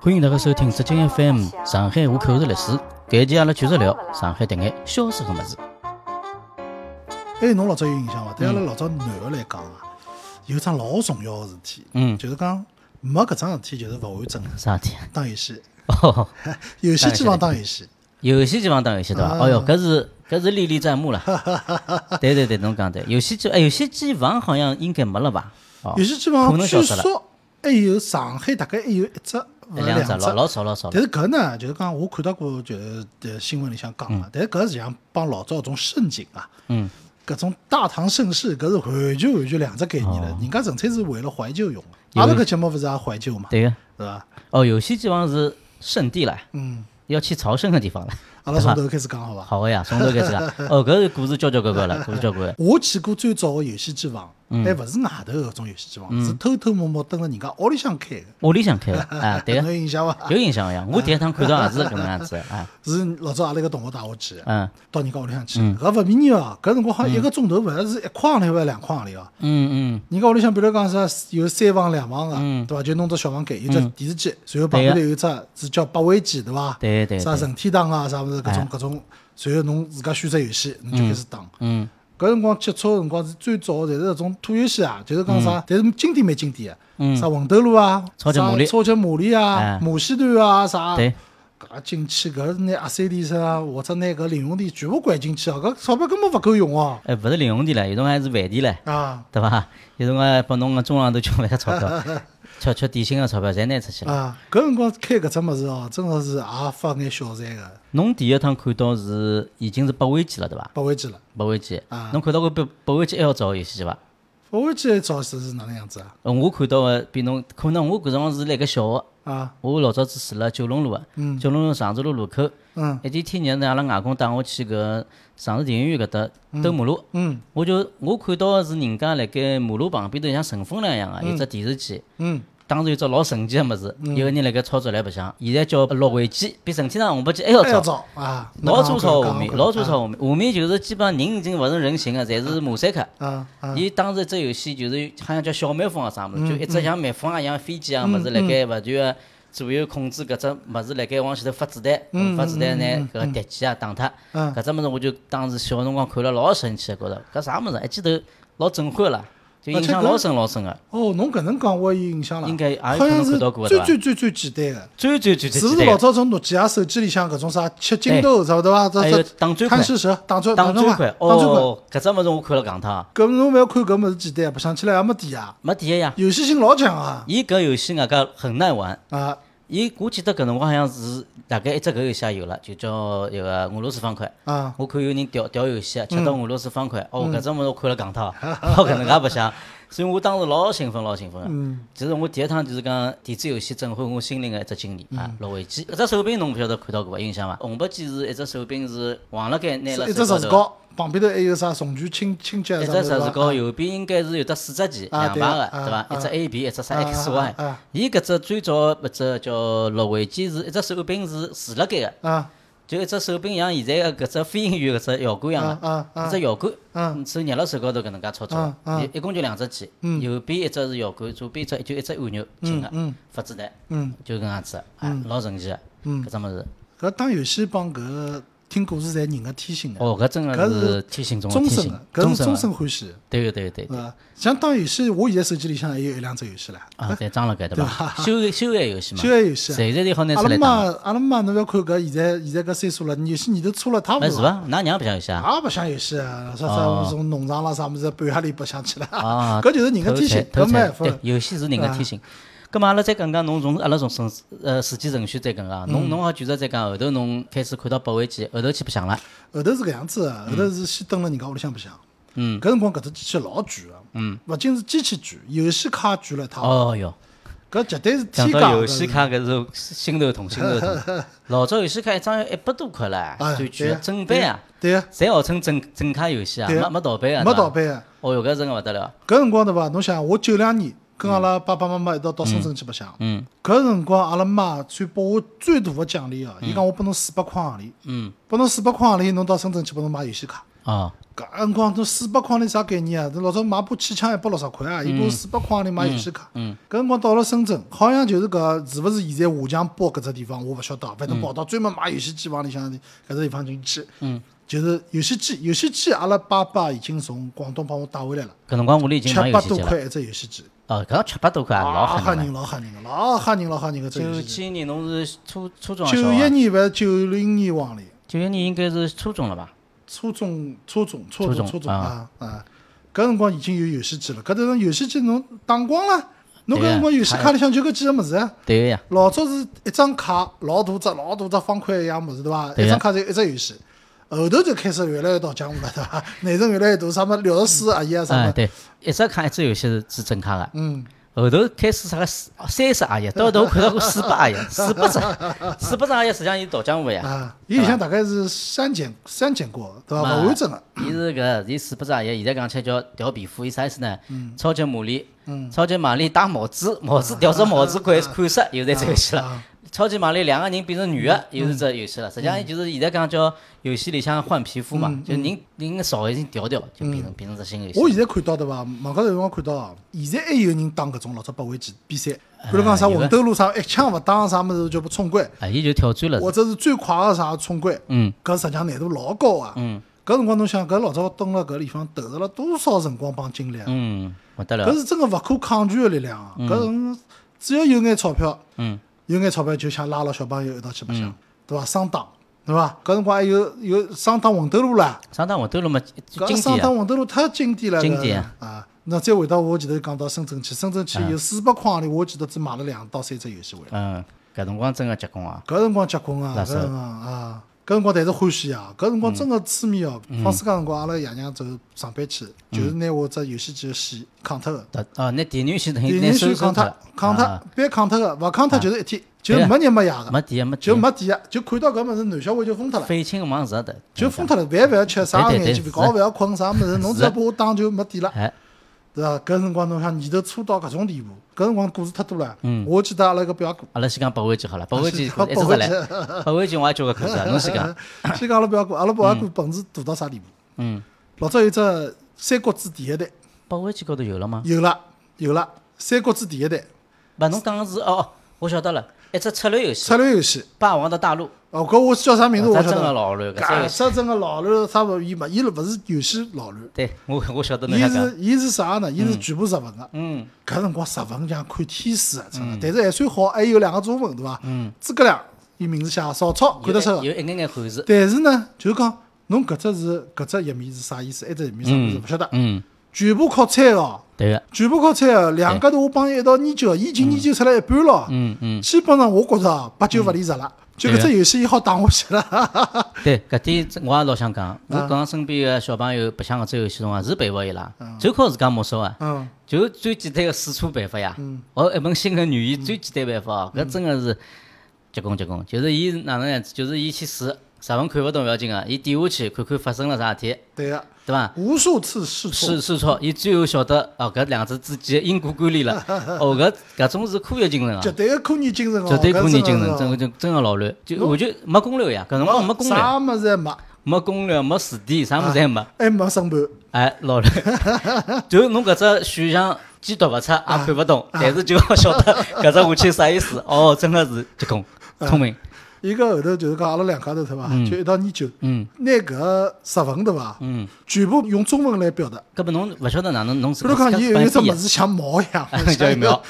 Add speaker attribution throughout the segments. Speaker 1: 欢迎大家收听浙江 FM《上海户口的历史》。搿一期阿拉继续聊上海迭眼消失个物事。
Speaker 2: 哎，侬老早有印象伐？
Speaker 1: 嗯
Speaker 2: 对阿拉老早男个来讲啊，有桩老重要个事体，
Speaker 1: 嗯
Speaker 2: 就是讲没搿桩事体就是勿完整的。
Speaker 1: 啥事体？
Speaker 2: 打游戏，
Speaker 1: 哦，
Speaker 2: 有些地方打游戏，
Speaker 1: 游戏机房打游戏对伐？
Speaker 2: 啊
Speaker 1: 哦哟，搿是搿是历历在 目了。对对对，侬讲对，游戏机哎，游戏机房好像应该没了伐？哦
Speaker 2: 有，些地
Speaker 1: 可
Speaker 2: 方
Speaker 1: 能消
Speaker 2: 据
Speaker 1: 失了哎
Speaker 2: 说还哎有上海大概还有一只勿
Speaker 1: 一
Speaker 2: 是
Speaker 1: 两只
Speaker 2: 只
Speaker 1: 老。老少老少了。
Speaker 2: 但是搿呢，就是讲我看到过，就是呃新闻里向讲啊，但是搿实际上帮老早种盛景啊，
Speaker 1: 嗯，
Speaker 2: 搿种大唐盛世搿是完全完全两只概念了
Speaker 1: 哦。
Speaker 2: 人家纯粹是为了怀旧用的。
Speaker 1: 有
Speaker 2: 阿拉搿节目勿是也怀旧嘛，
Speaker 1: 对个。
Speaker 2: 是伐？
Speaker 1: 哦，游戏机房是圣地了，
Speaker 2: 嗯，
Speaker 1: 要去朝圣个地方了。
Speaker 2: 阿拉从头开始讲好伐？
Speaker 1: 好个呀，从头开始 啊。哦，搿是故事交交关关了，故事交关。
Speaker 2: 我去过最早个游戏机房，
Speaker 1: 嗯
Speaker 2: 还勿是外头搿种游戏机房，是偷偷摸摸蹲辣人家屋里向开个。
Speaker 1: 屋里向开个啊，对
Speaker 2: 侬
Speaker 1: 个，
Speaker 2: 有印象伐？
Speaker 1: 有印象个呀。我第一趟看到也是搿能样子啊，
Speaker 2: 是老早阿拉一个同学带我去的，
Speaker 1: 嗯
Speaker 2: 到人家屋里向去，搿勿便宜哦。搿辰光好像一个钟头勿是是一块行钿，勿是两块行钿哦。
Speaker 1: 嗯嗯，
Speaker 2: 人家屋里向，比如讲啥有三房两房
Speaker 1: 嗯
Speaker 2: 个，对伐？就弄只小房间，有只电视机，然后旁边头有只是叫八位机，对伐？
Speaker 1: 对对
Speaker 2: 啥
Speaker 1: 对，
Speaker 2: 任天堂啊，啥物事搿种
Speaker 1: 哎
Speaker 2: 搿种，然后侬自家选只游戏，侬就开始打。
Speaker 1: 嗯
Speaker 2: 搿辰光接触个辰光是最早，侪是搿种土游戏啊，就是讲啥，但是经典蛮经典个，啥魂斗罗啊，
Speaker 1: 超级
Speaker 2: 啥
Speaker 1: 玛丽
Speaker 2: 超级玛丽
Speaker 1: 哎
Speaker 2: 啊，马戏团啊，啥，
Speaker 1: 对
Speaker 2: 搿，进去搿拿阿三钿啥，或者拿搿零用钿全部掼进去啊，搿钞票根本勿够用哦，
Speaker 1: 哎，勿是零用钿了，有辰光还是饭钿了，
Speaker 2: 啊
Speaker 1: 对伐？有辰光还拨侬个啊中浪头吃饭个钞 票，吃吃点心个钞票侪拿出去了。
Speaker 2: 啊，搿辰光开搿只物事哦，真个是也发眼小财个，
Speaker 1: 侬第一趟看到是已经是八位机了，对伐？
Speaker 2: 勿会记了，
Speaker 1: 八位机
Speaker 2: 啊，
Speaker 1: 侬看到过比八位机还要早个游戏机伐？
Speaker 2: 勿会记早是是哪能样子啊？
Speaker 1: 呃我看到个比侬可能我搿辰光是辣盖小学，
Speaker 2: 啊，
Speaker 1: 我老早子住辣九龙路个，九龙路长治路路口。
Speaker 2: 嗯
Speaker 1: 一天天热呢，阿拉外公带我去搿长治电影院搿搭兜马路，
Speaker 2: 嗯
Speaker 1: 我就我看到的是人家辣盖马路旁边头像顺风凉一样个，啊有只电视机。
Speaker 2: 嗯，
Speaker 1: 当时有只老神奇个物事，有个人辣盖操作来白相，现在叫落尾机，比任天堂红白机还要
Speaker 2: 还要
Speaker 1: 早。
Speaker 2: 早啊，
Speaker 1: 老粗
Speaker 2: 粗
Speaker 1: 糙下面，老粗糙下面，下面就是基本上人已经勿成人形个，侪是马赛克。
Speaker 2: 啊啊，
Speaker 1: 伊当时只游戏就是好像叫小蜜蜂啊啥物事，就一只像蜜蜂啊一样飞机啊物事，辣盖勿断个左右控制搿只物事，辣盖往前头发子弹，发子弹拿搿个敌机啊打脱。
Speaker 2: 嗯
Speaker 1: 搿只物事我就当时小辰光看了老神奇，觉着搿啥物事，一记头老震撼了，就印象老深老深个。
Speaker 2: 哦，侬搿能讲我也有印象了，
Speaker 1: 应该啊也有
Speaker 2: 好
Speaker 1: 可能
Speaker 2: 像是
Speaker 1: 看到过对
Speaker 2: 最
Speaker 1: 吧
Speaker 2: 最最最简单的。
Speaker 1: 最最最最
Speaker 2: 是不是老早从诺基亚手机里向搿种啥吃金豆啥对伐？
Speaker 1: 还
Speaker 2: 这
Speaker 1: 哎有
Speaker 2: 这
Speaker 1: 打砖块
Speaker 2: 贪吃蛇、打砖
Speaker 1: 打砖
Speaker 2: 块
Speaker 1: 块、
Speaker 2: 打砖块。
Speaker 1: 哦，搿只物事我看了戆趟啊，
Speaker 2: 搿侬勿要看搿物事简单，白相起来也没底啊，
Speaker 1: 没第一呀。
Speaker 2: 游戏性老强啊
Speaker 1: 伊搿游戏外加很耐玩，
Speaker 2: 啊！
Speaker 1: 伊我记得搿辰光好像是大概一只搿游戏也有了，就叫一个俄罗斯方块。
Speaker 2: 啊
Speaker 1: 我看有人调调游戏，啊吃到俄罗斯方块，哦，搿只物事我看了戆趟，老搿能介白相，所以我当时老兴奋，老兴奋个。其实我第一趟就是讲电子游戏震撼我心灵个一只经历啊，落围机。搿只手柄侬勿晓得看到过伐？有印象伐？红白机是一只手柄是横辣盖拿辣
Speaker 2: 是一只
Speaker 1: 手
Speaker 2: 十字
Speaker 1: 高头，
Speaker 2: 高，旁边头还有啥重拳轻轻脚
Speaker 1: 一
Speaker 2: 啥
Speaker 1: 只十字高，
Speaker 2: 有
Speaker 1: 右边应该是有得四只键，
Speaker 2: 啊
Speaker 1: 两排
Speaker 2: 对啊
Speaker 1: 个，
Speaker 2: 啊
Speaker 1: 对伐？一只
Speaker 2: 啊
Speaker 1: A B，一只啥
Speaker 2: 啊
Speaker 1: X
Speaker 2: 啊
Speaker 1: Y
Speaker 2: 啊啊。
Speaker 1: 伊搿只最早搿只叫落围机是一只手柄是竖辣盖个，
Speaker 2: 啊
Speaker 1: 就一只手柄像现在个搿只飞行员搿只摇杆一样个。
Speaker 2: 啊啊
Speaker 1: 一！只摇杆，
Speaker 2: 啊
Speaker 1: 嗯，手捏辣手高头搿能介操作
Speaker 2: 啊嗯啊，
Speaker 1: 一一共就两只键，右边一只是摇杆，左边一只就一只按钮，轻个，发子弹，
Speaker 2: 嗯，
Speaker 1: 就搿能样子，啊，老神奇个，搿只物事，
Speaker 2: 搿打游戏帮搿听故事侪人个天性个，
Speaker 1: 哦，搿真
Speaker 2: 搿
Speaker 1: 个
Speaker 2: 是
Speaker 1: 是天性中的
Speaker 2: 终
Speaker 1: 天
Speaker 2: 身
Speaker 1: 性
Speaker 2: 个，，搿是
Speaker 1: 身
Speaker 2: 终
Speaker 1: 的，
Speaker 2: 身欢喜
Speaker 1: 对个对个对
Speaker 2: 个，
Speaker 1: 个，
Speaker 2: 啊！像打游戏，我现在手机里向还有一两只游戏唻，
Speaker 1: 啊，对，装辣盖对伐？修修改游戏嘛，
Speaker 2: 休闲游戏
Speaker 1: 嗯
Speaker 2: 啊。
Speaker 1: 谁侪得好拿
Speaker 2: 阿
Speaker 1: 出
Speaker 2: 拉
Speaker 1: 来
Speaker 2: 妈
Speaker 1: 打嘛，，
Speaker 2: 阿拉妈，侬勿要看搿现在现在搿岁数了，游戏年头错了一塌糊
Speaker 1: 哎
Speaker 2: 涂
Speaker 1: 是。伐？㑚娘白相游戏啊？
Speaker 2: 也不想游戏啊，啥啥从农场啦啥么子，半夜里白相去了。
Speaker 1: 啊，
Speaker 2: 搿就是人
Speaker 1: 偷
Speaker 2: 的天性，
Speaker 1: 偷
Speaker 2: 搿没
Speaker 1: 菜
Speaker 2: 办
Speaker 1: 对
Speaker 2: 法，。
Speaker 1: 游戏是人
Speaker 2: 啊
Speaker 1: 的天性。咁嘛，阿拉再讲讲侬从阿拉从顺呃时间顺序再讲
Speaker 2: 嗯
Speaker 1: 讲，侬侬好继续再讲，后头侬开始看到八位机，后头去白相了。
Speaker 2: 后头是搿样子的，后头是先蹲辣人家屋里向白相。
Speaker 1: 嗯
Speaker 2: 搿辰光搿只机器老贵个，嗯，勿仅是机器贵，游戏卡也贵了一塌糊
Speaker 1: 哦哟，
Speaker 2: 涂，搿绝对是
Speaker 1: 讲
Speaker 2: 天价。
Speaker 1: 到游戏卡搿是心头痛，心头痛。老早游戏卡一张要一百多块唻，
Speaker 2: 哎
Speaker 1: 最贵
Speaker 2: 啊对呀
Speaker 1: 的正版啊，
Speaker 2: 对个，
Speaker 1: 侪号称正正卡游戏啊，
Speaker 2: 对
Speaker 1: 没
Speaker 2: 呀
Speaker 1: 没盗版啊，对
Speaker 2: 没
Speaker 1: 吧
Speaker 2: 盗。版个。
Speaker 1: 哦哟，搿真个勿得了。
Speaker 2: 搿辰光对伐？侬想，我九两年跟阿拉爸爸妈妈一道到深圳去白相，
Speaker 1: 嗯
Speaker 2: 搿辰光阿拉妈算拨我啊最大个奖励哦，伊讲我拨侬四百块行钿，
Speaker 1: 嗯，
Speaker 2: 拨侬四百块行钿，侬到深圳去拨侬买游戏卡。
Speaker 1: 啊，
Speaker 2: 搿辰光都四百块钿啥概念啊？老早买把气枪一百六十块啊，伊把四百块钿买游戏卡。
Speaker 1: 嗯
Speaker 2: 搿辰光到了深圳，好像就是搿是勿是现在下江包搿只地方，我勿晓得啊，反正跑到专门买游戏机房里向的搿只地方进去。
Speaker 1: 嗯，
Speaker 2: 就是游戏机，游戏机阿拉爸爸已经从广东帮我带回来了，
Speaker 1: 搿辰光屋里已经
Speaker 2: 七
Speaker 1: 买游
Speaker 2: 百
Speaker 1: 戏
Speaker 2: 多
Speaker 1: 机了，
Speaker 2: 块一只游戏机，
Speaker 1: 哦，搿七百多块也老
Speaker 2: 老吓
Speaker 1: 狠了。
Speaker 2: 啊人，老吓人个，老吓人，老吓人个只游
Speaker 1: 九
Speaker 2: 戏机。
Speaker 1: 几年侬是初初中还是
Speaker 2: 九
Speaker 1: 小
Speaker 2: 一
Speaker 1: 学？
Speaker 2: 年勿是九零年往里，
Speaker 1: 啊九一年应该是初中了吧？
Speaker 2: 初中、初中、
Speaker 1: 初
Speaker 2: 初中、
Speaker 1: 中
Speaker 2: 初中啊啊！搿辰光已经有游戏机了，搿辰光游戏机侬打光了，侬搿
Speaker 1: 对啊
Speaker 2: 辰光游戏卡里向就搿几个物事啊。
Speaker 1: 对个呀，
Speaker 2: 老早是一张卡，老大只、老大只方块一样物事，对伐？
Speaker 1: 对呀
Speaker 2: 一张卡只有一只游戏，后头就开始越来越到江湖了，对伐？ 内容越来越大，啥么聊死啊，爷啊，啥
Speaker 1: 哎
Speaker 2: 么，
Speaker 1: 对，一只卡一只游戏是是正卡个，
Speaker 2: 嗯，
Speaker 1: 后头开始啥个四三十阿爷，到头看到过四百阿爷，四百只，四百只阿啊爷实际上伊倒江湖呀，
Speaker 2: 啊，伊里向大概是删减删减过，对伐？
Speaker 1: 嘛
Speaker 2: 勿完整个，
Speaker 1: 伊是搿，伊四百只阿爷，现在讲起来叫掉皮肤，伊啥意思呢？
Speaker 2: 嗯
Speaker 1: 超级玛丽，超级玛丽戴帽子，帽
Speaker 2: 啊
Speaker 1: 子掉只帽子款款式，又在这游戏 了。超级玛丽两个人变成女的，
Speaker 2: 嗯
Speaker 1: 又是只游戏了。实际上，伊就是现在讲叫游戏里向换皮肤嘛，就人人少已经调调，就变成变成只新游戏。
Speaker 2: 嗯我现在看到对伐？网高头有辰光看到啊，现在还有人打搿种老早八位机比赛，比如讲啥
Speaker 1: 哎有的
Speaker 2: 红头路啥一哎枪勿打啥物事就不冲关，
Speaker 1: 啊，伊就挑战了
Speaker 2: 或。者是最快个啥冲关，
Speaker 1: 嗯，
Speaker 2: 搿实际上难度老高啊。
Speaker 1: 嗯
Speaker 2: 搿辰光侬想，搿老早蹲辣搿地方投入了多少辰光帮精力啊？
Speaker 1: 嗯，勿得了
Speaker 2: 搿。是真个勿可抗拒个力量啊！搿辰只要有眼钞票，
Speaker 1: 嗯，
Speaker 2: 有眼钞票就想拉牢小朋友一道去白相，对伐？上当，对伐？搿辰光还有有上当红头路啦。
Speaker 1: 上趟我都了嘛，经
Speaker 2: 搿上
Speaker 1: 典啊
Speaker 2: 趟。黄德路太经典了，
Speaker 1: 经典
Speaker 2: 搿啊！那再回到我前头讲到深圳去，深圳去
Speaker 1: 啊
Speaker 2: 有四百块钿，我记得只买了两到三只游戏回来。
Speaker 1: 嗯，搿辰光真个结棍啊。
Speaker 2: 搿辰光结棍啊，
Speaker 1: 那
Speaker 2: 搿
Speaker 1: 是
Speaker 2: 辰光啊，搿辰光但是欢喜啊，搿辰光真个痴迷哦。
Speaker 1: 嗯
Speaker 2: 放暑假辰光，阿拉爷娘走上班去，就是拿我只游戏机的线扛脱个，
Speaker 1: 得哦，拿电源线等于
Speaker 2: 电
Speaker 1: 拿
Speaker 2: 源
Speaker 1: 收
Speaker 2: 线
Speaker 1: 收
Speaker 2: 扛脱
Speaker 1: 脱，，
Speaker 2: 扛脱
Speaker 1: 啊，
Speaker 2: 别扛脱个，勿扛脱就是一天，就
Speaker 1: 对啊
Speaker 2: 没日没夜个，
Speaker 1: 没电没
Speaker 2: 就
Speaker 1: 电，
Speaker 2: 没底个，就看到搿物事，男小孩就疯脱了。
Speaker 1: 废寝忘食的。
Speaker 2: 就疯脱了，饭勿要吃，啥
Speaker 1: 对
Speaker 2: 眼
Speaker 1: 对
Speaker 2: 睛
Speaker 1: 对
Speaker 2: 搞勿要困，啥物事，侬只要
Speaker 1: 是
Speaker 2: 把我打就没底了。
Speaker 1: 哎，
Speaker 2: 对伐？搿辰光侬想年头粗到搿种地步，搿辰光故事太多了。
Speaker 1: 嗯
Speaker 2: 我记得阿拉一个 表哥，
Speaker 1: 阿拉先讲八万机好
Speaker 2: 啊
Speaker 1: 了，八万机一
Speaker 2: 八
Speaker 1: 直
Speaker 2: 万
Speaker 1: 直来
Speaker 2: 机，
Speaker 1: 八万机我也交个口 子啊，侬先讲。
Speaker 2: 先讲阿拉表哥，阿拉表哥本事大到啥地步？
Speaker 1: 嗯，
Speaker 2: 老早有只《三国志》第一代，
Speaker 1: 八万机高头有了吗？
Speaker 2: 有了有了，《三国志》第一代
Speaker 1: 勿，侬讲个是哦，哦我晓得了，一只策略游戏
Speaker 2: 策略游戏。
Speaker 1: 《霸王的大陆》
Speaker 2: 哦，搿我叫啥名字
Speaker 1: 哦
Speaker 2: 我
Speaker 1: 这
Speaker 2: 晓得
Speaker 1: 真的
Speaker 2: 了。
Speaker 1: 老乱，搿只游
Speaker 2: 搿
Speaker 1: 戏。
Speaker 2: 只真个老乱，啥勿伊没，伊勿是游戏老乱，
Speaker 1: 对，我我晓得侬
Speaker 2: 伊
Speaker 1: 想讲。
Speaker 2: 是伊是啥呢？伊是全部日文个。
Speaker 1: 嗯，
Speaker 2: 搿辰光日文像看天书啊，真个，但是还算好，还有两个中文对伐？嗯，诸葛亮，伊名字写曹操，看得出个
Speaker 1: 有。有一眼眼汉字。
Speaker 2: 但是呢，就是讲侬搿只是搿只页面是啥意思，埃只页面啥意思
Speaker 1: 嗯
Speaker 2: 勿晓得，
Speaker 1: 嗯，
Speaker 2: 全部靠猜哦，
Speaker 1: 对个。
Speaker 2: 全部靠猜哦。两家头我帮伊一道研究，伊已经研究出来一半了。
Speaker 1: 嗯嗯，
Speaker 2: 基本上我觉着啊，八九勿离十 了。就搿
Speaker 1: 对
Speaker 2: 只游戏伊好打下去了，哈哈哈
Speaker 1: 对，搿点真我也老想
Speaker 2: 啊
Speaker 1: 讲。我讲身边个小朋友白相搿只游戏辰光是佩服伊拉，就靠自家摸索啊。
Speaker 2: 嗯，
Speaker 1: 就最简单的试错办法呀。学一门新的语言最简单办法哦，
Speaker 2: 嗯
Speaker 1: 搿真的是结棍结棍。就是伊哪能样子，就是伊去试，日文看勿懂勿要紧个，伊点下去看看发生了啥事体，
Speaker 2: 对个，
Speaker 1: 对伐？
Speaker 2: 无数次试错
Speaker 1: 试，试错，伊最后晓得哦，搿两者之间的因果关 联了。哦，搿搿种是科学精神啊
Speaker 2: 绝，对个科研精神哦，
Speaker 1: 绝对科学精神，
Speaker 2: 搿
Speaker 1: 真的
Speaker 2: 个
Speaker 1: 真真个老乱。就我就没攻略呀，搿辰光没攻略，
Speaker 2: 啥物事也没，
Speaker 1: 没攻略，没词典，啥物事也没。
Speaker 2: 还没审判，
Speaker 1: 哎，老 了，就侬搿只选项既读勿出，也
Speaker 2: 啊
Speaker 1: 看勿懂，但是就要晓得搿只武器啥意思。哦，真个是结棍，
Speaker 2: 啊
Speaker 1: 聪明。
Speaker 2: 伊搿后头就是讲阿拉两家头对伐，就一道研究，
Speaker 1: 嗯
Speaker 2: 拿搿日文对伐，
Speaker 1: 嗯，
Speaker 2: 全部用中文来表达。
Speaker 1: 搿么侬勿晓得哪能侬自
Speaker 2: 比如
Speaker 1: 家
Speaker 2: 讲，伊有一只
Speaker 1: 自家
Speaker 2: 物
Speaker 1: 翻译，
Speaker 2: 事像毛一样
Speaker 1: 叫伊 毛，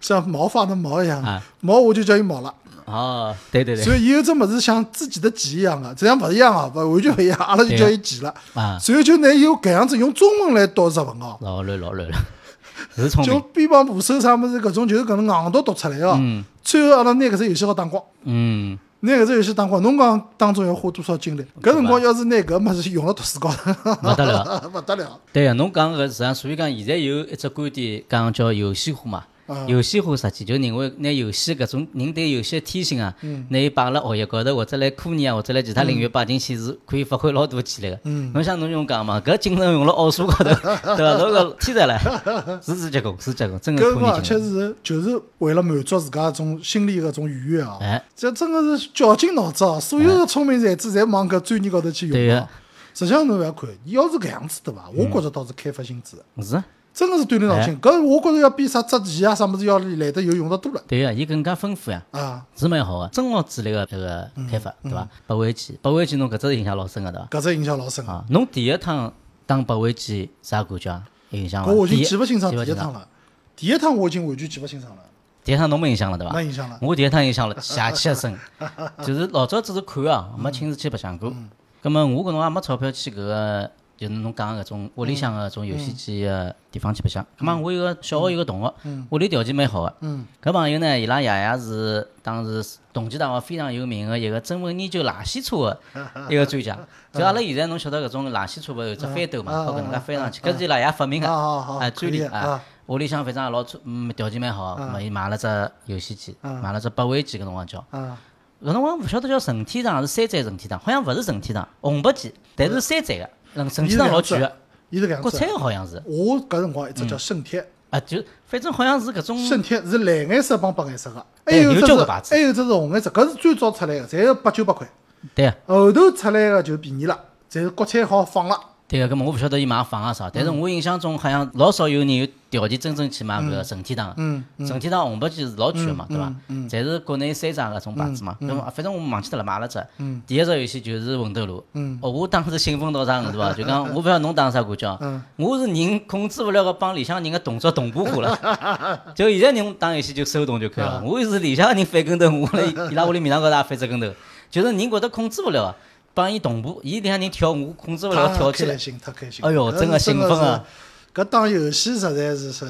Speaker 2: 像毛发的毛一样
Speaker 1: 啊，
Speaker 2: 毛我就叫伊毛了。
Speaker 1: 哦，对对对，
Speaker 2: 所以伊有只物事像自己的鳍一样的，这样勿一样啊，勿完全勿一样，阿拉就叫伊鳍了。
Speaker 1: 啊，
Speaker 2: 所以就拿伊用搿样子用中文来读日文哦，
Speaker 1: 老乱老乱了， 是聪
Speaker 2: 就
Speaker 1: 明。
Speaker 2: 边帮部首啥物事搿种就是搿能硬读读出来哦。最后阿拉拿搿只游戏好打光，
Speaker 1: 嗯，
Speaker 2: 拿搿只游戏打光，侬讲当中要花多少精力？搿辰光要是拿搿物事用了读书高头，
Speaker 1: 勿得了。
Speaker 2: 勿得了。
Speaker 1: 对呀，侬讲搿实际上，所以讲现在有一只观点讲叫游戏化嘛。游戏化实际就认为拿游戏搿种人对游戏的天性啊，拿伊摆辣学业高头，或者来科研啊，或者来其他领域摆进去是可以发挥老大潜力个。侬像侬用讲嘛，搿精神用辣奥数高头，对伐？侬搿天才唻，是是结棍，是结棍，真个
Speaker 2: 搿辰
Speaker 1: 科
Speaker 2: 光而
Speaker 1: 研
Speaker 2: 且
Speaker 1: 精神。
Speaker 2: 是就是为了满足自家一种心理搿种愉悦啊。
Speaker 1: 哎，
Speaker 2: 这真个是绞尽脑汁哦，所有的聪明才智侪往搿专业高头去
Speaker 1: 对嗯
Speaker 2: 用
Speaker 1: 个
Speaker 2: 啊。。实际上侬勿要看，伊要是搿样子对伐？我觉着倒是开发性质的，
Speaker 1: 是啊，
Speaker 2: 真的是锻炼脑筋。搿我觉着要比啥捉棋啊啥物事要来得有用得多了
Speaker 1: 对呀，伊更加丰富呀。
Speaker 2: 啊！
Speaker 1: 是蛮好个，真奥智力个迭个开发，对伐？八位机，八位机侬搿只印象老深个，对伐？
Speaker 2: 搿只印象老深啊！
Speaker 1: 啊，侬第一趟打八位机啥感觉啊？有印象伐？
Speaker 2: 哦搿我已
Speaker 1: 第
Speaker 2: 经
Speaker 1: 一
Speaker 2: 记勿清爽
Speaker 1: 记
Speaker 2: 第
Speaker 1: 勿
Speaker 2: 一
Speaker 1: 清
Speaker 2: 趟
Speaker 1: 爽，
Speaker 2: 了，第一趟我已经完全记勿清爽了，
Speaker 1: 第一趟侬没印象了，对伐
Speaker 2: 没？印象了。
Speaker 1: 我第一趟印象了，邪气一身， 就是老早只是看啊，
Speaker 2: 嗯
Speaker 1: 没亲自去白相过。葛末我搿辰也没钞票去搿个，就是侬讲个搿
Speaker 2: 嗯
Speaker 1: 种屋里向个搿种游戏机个地方去白相。葛末我有个小学有个同学，屋里条件蛮好个，
Speaker 2: 嗯
Speaker 1: 搿朋友呢，伊拉爷爷是当时同济大学非常有名个一个专门研究垃圾车 个一个专家。就阿拉现在侬晓得搿种垃圾车勿是有只翻斗嘛，
Speaker 2: 啊
Speaker 1: 靠搿能介翻上去，搿是伊拉爷发明
Speaker 2: 啊
Speaker 1: 个，
Speaker 2: 啊啊
Speaker 1: 哎，
Speaker 2: 可
Speaker 1: 专
Speaker 2: 以
Speaker 1: 利
Speaker 2: 啊
Speaker 1: 啊。屋里向反正也老出嗯条件蛮好，嘛伊买了只游戏机，买了只八位机搿辰光叫，
Speaker 2: 啊
Speaker 1: 搿辰光勿晓得叫任天堂还是山寨任天堂，好像勿是任天堂，红白机，但是山寨个，任任天堂老贵个，
Speaker 2: 伊是搿样
Speaker 1: 国
Speaker 2: 子
Speaker 1: 产
Speaker 2: 的。
Speaker 1: 个好像是，
Speaker 2: 我搿辰光一只叫圣贴，
Speaker 1: 啊就反正好像是搿种
Speaker 2: 圣贴是蓝颜色帮白颜色个，还
Speaker 1: 对
Speaker 2: 有一
Speaker 1: 有
Speaker 2: 只
Speaker 1: 交
Speaker 2: 是
Speaker 1: 关牌子
Speaker 2: 还有一只是红颜色，搿是最早出来个，侪要八九百块。
Speaker 1: 对啊个。
Speaker 2: 后头出来个就便宜了，侪是国产好放了。
Speaker 1: 对个，搿么我勿晓得伊买房啊啥，但
Speaker 2: 嗯
Speaker 1: 是我印象中好像老少有人有条件真正去买搿个任天堂的，
Speaker 2: 嗯
Speaker 1: 任天堂红白机是老贵个嘛，对伐？侪是国内山寨搿种牌子嘛，
Speaker 2: 嗯
Speaker 1: 那么反正我忘记脱了买了只。第一只游戏就是《魂斗罗》，
Speaker 2: 嗯
Speaker 1: 哦，我当时兴奋到啥程度啊？就 讲我勿晓得侬打啥感觉
Speaker 2: 嗯
Speaker 1: 啊，我是人控制勿了个帮里向人个动作同 步化了， 就现在人打游戏就手动就可以
Speaker 2: 啊
Speaker 1: 了，我是里向个人翻跟头，我 辣伊伊拉屋里面上高头也翻只跟头，就是人觉得控制勿了啊。帮伊同步，伊里向人跳，我控制勿了跳起来
Speaker 2: 太开。心，太开心！
Speaker 1: 哎呦
Speaker 2: 搿是
Speaker 1: 真
Speaker 2: 真
Speaker 1: 的兴奋啊
Speaker 2: 是！搿打游戏实在是是，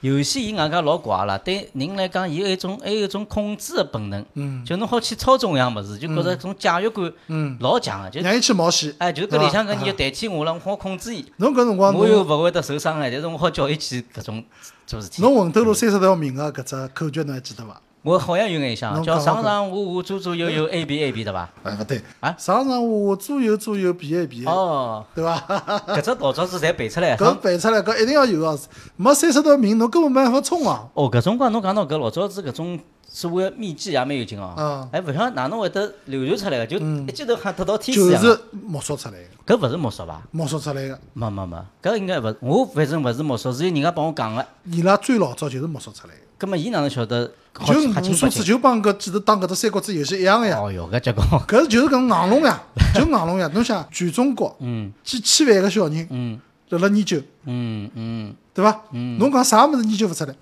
Speaker 1: 游戏伊外加老怪啦，对人来讲，伊有一种还有一种控制的本能，
Speaker 2: 嗯
Speaker 1: 就侬好去操纵一样物事，就觉着种驾驭感老强啊个，就
Speaker 2: 让伊去冒险。
Speaker 1: 哎，就搿里向搿人就代替我了，我好控制伊，
Speaker 2: 啊侬搿辰光，
Speaker 1: 我
Speaker 2: 侬
Speaker 1: 又勿会得受伤啊害，但是我好叫伊去搿种做事体。
Speaker 2: 侬魂斗罗三十条命啊个搿只口诀侬还记得伐？
Speaker 1: 我好像有眼像，
Speaker 2: 侬嗯
Speaker 1: 叫
Speaker 2: 讲
Speaker 1: 上上下下左左右右 A B A B 对伐？
Speaker 2: 哎，勿对
Speaker 1: 啊
Speaker 2: 上上下下左右左右比一比，
Speaker 1: 哦，
Speaker 2: 对伐？
Speaker 1: 搿只老早子侪背出来。
Speaker 2: 搿背出来搿一定要有啊！没三十条命，侬根本没办法冲啊！
Speaker 1: 哦，搿辰光侬讲到搿老早子搿种所谓的秘籍也蛮有劲哦
Speaker 2: 嗯，
Speaker 1: 哎，勿晓得哪能会得流传出来个，就一记头喊得到天使一
Speaker 2: 就
Speaker 1: 样。
Speaker 2: 是摸索出来个，
Speaker 1: 搿勿是魔术伐？
Speaker 2: 摸索出来个。
Speaker 1: 没没没，搿应该勿，我反正勿是魔术，是人家帮我讲个。
Speaker 2: 伊拉最老早就是摸索出来个，
Speaker 1: 葛末伊哪能晓得好
Speaker 2: 就是
Speaker 1: 还
Speaker 2: 无
Speaker 1: 清
Speaker 2: 数
Speaker 1: 不
Speaker 2: 次
Speaker 1: 清？
Speaker 2: 就帮搿记得打搿只三国志游戏一样个呀。
Speaker 1: 哦哟，搿结棍！
Speaker 2: 搿就是搿硬龙 呀，就硬龙呀。侬想，全中国
Speaker 1: 嗯
Speaker 2: 几千万个小人
Speaker 1: 嗯
Speaker 2: 辣辣研究，
Speaker 1: 嗯嗯，
Speaker 2: 对伐？侬讲啥物事研究勿出来？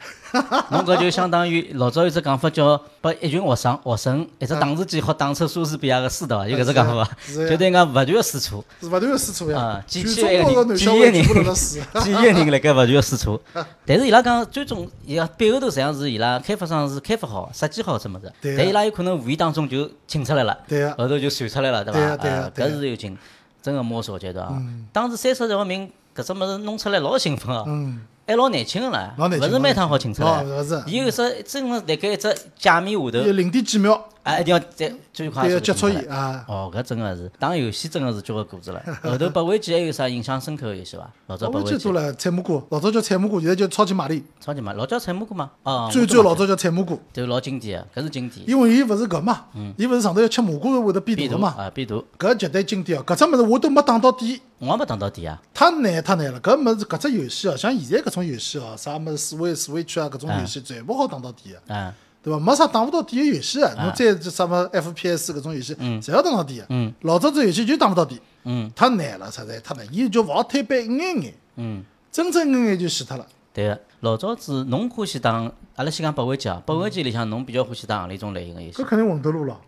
Speaker 1: 侬搿就相当于老早有只讲法叫，拨一群学生学生一只打字机好打出莎士比亚个诗的，有搿只讲法伐？
Speaker 2: 啊是呀
Speaker 1: 就等于讲勿断个试错，
Speaker 2: 是勿断个试错呀
Speaker 1: 啊，几
Speaker 2: 全
Speaker 1: 千万
Speaker 2: 中国
Speaker 1: 个人
Speaker 2: 个男小孩
Speaker 1: 几千
Speaker 2: 全部
Speaker 1: 人
Speaker 2: 辣辣试。
Speaker 1: 几亿人辣盖勿断个试错。但是伊拉讲最终伊拉背后头实际上是伊拉开发商是开发好、设计好这物事，
Speaker 2: 对呀啊
Speaker 1: 但伊拉有可能无意当中就请出来了。
Speaker 2: 对呀，
Speaker 1: 后头就传出来了，对伐？
Speaker 2: 对呀对呀
Speaker 1: 啊
Speaker 2: 对嗯呀
Speaker 1: 搿是有劲，真个摸索阶段啊。当时三十条命搿只物事弄出来老兴奋啊，
Speaker 2: 嗯，
Speaker 1: 还老难清个啦，
Speaker 2: 老难
Speaker 1: 勿
Speaker 2: 清
Speaker 1: 是每趟好清出来
Speaker 2: 哦，。勿是，
Speaker 1: 伊有只真个辣盖一只界面下
Speaker 2: 有
Speaker 1: 头，
Speaker 2: 零点几秒，
Speaker 1: 哎，一定要再最快
Speaker 2: 对，
Speaker 1: 速
Speaker 2: 要
Speaker 1: 地
Speaker 2: 接触
Speaker 1: 清
Speaker 2: 伊
Speaker 1: 出来。
Speaker 2: 啊。
Speaker 1: 哦，搿真个是打游戏真个是交关故 事了。后头八位机还有啥印象深刻个游戏伐？老早八
Speaker 2: 我
Speaker 1: 位
Speaker 2: 记
Speaker 1: 机
Speaker 2: 住，了，采蘑菇，老早叫采蘑菇，现在叫超级玛丽，
Speaker 1: 超级嘛，老早采蘑菇嘛，哦，
Speaker 2: 最
Speaker 1: 我
Speaker 2: 最
Speaker 1: 懂
Speaker 2: 老
Speaker 1: 了，
Speaker 2: 早叫采蘑菇，
Speaker 1: 对，老经典个，搿是经典。
Speaker 2: 因为伊勿是搿嘛，
Speaker 1: 嗯
Speaker 2: 伊勿是上头要吃蘑菇是会得
Speaker 1: 必
Speaker 2: 变
Speaker 1: 读
Speaker 2: 大嘛，
Speaker 1: 啊，必读，
Speaker 2: 搿绝对经典哦。搿只物事我都没打到底，
Speaker 1: 我也没打到底啊。
Speaker 2: 太难太难了，搿物事搿只游戏哦，像现在搿种游戏哦，啥物事四位四位区啊，搿种游戏全部好打到底个，
Speaker 1: 嗯，
Speaker 2: 对伐？没啥打勿到底个游戏啊，侬再就啥么 FPS 搿种游戏，侪要打到底个。老早子游戏就打勿到底，
Speaker 1: 嗯
Speaker 2: 太难了，实在太难，伊就勿好推背一眼眼，
Speaker 1: 嗯。
Speaker 2: 真正一眼就死脱了。
Speaker 1: 对个，老早子侬欢喜打，阿拉先讲八位机啊，八位机里向侬比较欢喜打何里种类型个游
Speaker 2: 搿
Speaker 1: 戏？
Speaker 2: 肯定混得路了，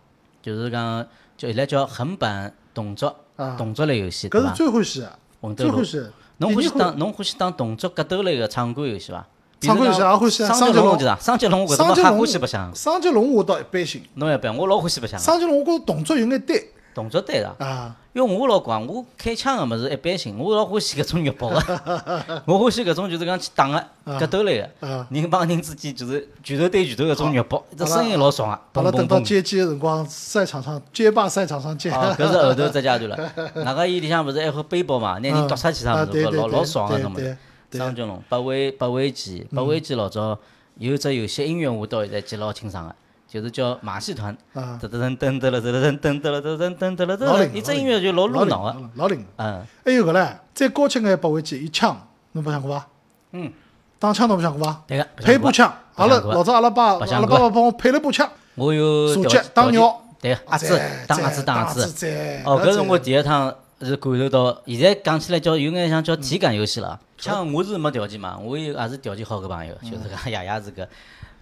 Speaker 1: 就是讲叫现在叫横版动作
Speaker 2: 啊
Speaker 1: 动作类游戏，对
Speaker 2: 搿
Speaker 1: 伐
Speaker 2: 是？最欢喜个，
Speaker 1: 魂斗
Speaker 2: 最
Speaker 1: 罗
Speaker 2: 欢，喜的。
Speaker 1: 侬欢喜
Speaker 2: 第二
Speaker 1: 打侬欢喜打动作格斗类个场馆游戏伐？
Speaker 2: 场馆游戏也欢喜啊
Speaker 1: 双
Speaker 2: 双
Speaker 1: 截
Speaker 2: 截
Speaker 1: 龙
Speaker 2: 龙
Speaker 1: 就是啊，双截龙我搿
Speaker 2: 双
Speaker 1: 辰
Speaker 2: 截
Speaker 1: 光
Speaker 2: 龙
Speaker 1: 还欢喜白相，
Speaker 2: 双截龙我倒一般性，
Speaker 1: 侬要白，我老欢喜白相个，
Speaker 2: 双截龙我觉着动作有眼单
Speaker 1: 动作对个。
Speaker 2: 啊，
Speaker 1: 因为我老讲，我开枪个物事一般性，我老欢喜搿种肉搏 个，我欢喜搿种就是讲去打个格斗类个
Speaker 2: 啊，
Speaker 1: 人帮人之间就是拳头对拳头搿种肉搏，这声音老爽啊，
Speaker 2: 阿
Speaker 1: 砰
Speaker 2: 拉
Speaker 1: 砰
Speaker 2: 等到
Speaker 1: 砰。
Speaker 2: 街机个辰光，赛场上街霸赛场上见。
Speaker 1: 哦，搿是后头只阶段 了。外加伊里向勿是还好背包嘛，拿人
Speaker 2: 嗯
Speaker 1: 夺出去啥
Speaker 2: 啊
Speaker 1: 物
Speaker 2: 对
Speaker 1: 事，
Speaker 2: 对
Speaker 1: 老
Speaker 2: 对
Speaker 1: 老爽个
Speaker 2: 对
Speaker 1: 侬么
Speaker 2: 对？对嗯
Speaker 1: 张俊龙、八位八位机、八位机老早有一只游戏音乐，我到现在记得老清爽个，啊就是叫马戏团，
Speaker 2: 啊
Speaker 1: 噔，噔噔噔噔了噔噔噔噔了噔噔噔噔了
Speaker 2: 老
Speaker 1: 噔
Speaker 2: 灵
Speaker 1: 噔，，你这音乐就老
Speaker 2: 老
Speaker 1: 入脑啊，
Speaker 2: 灵，老灵。
Speaker 1: 嗯，
Speaker 2: 还有搿唻，再高清个还拨回去，一枪，侬白相过伐？
Speaker 1: 嗯，
Speaker 2: 打枪侬白相过伐？
Speaker 1: 对个，
Speaker 2: 配把枪，阿拉
Speaker 1: 白相过
Speaker 2: 老早阿拉爸
Speaker 1: 白
Speaker 2: 阿
Speaker 1: 相
Speaker 2: 拉
Speaker 1: 过
Speaker 2: 爸爸帮我配了啊把枪，
Speaker 1: 我有
Speaker 2: 射
Speaker 1: 条
Speaker 2: 击
Speaker 1: 件
Speaker 2: 打
Speaker 1: 条件
Speaker 2: 鸟
Speaker 1: 对个，鸭子打鸭子打鸭
Speaker 2: 子
Speaker 1: 子，，哦，搿是我第一趟是感受到，现在讲起来叫有眼像叫体感游戏
Speaker 2: 嗯
Speaker 1: 了啊。像我是没条件嘛，我有也是条件好个朋友，就是讲爷爷是个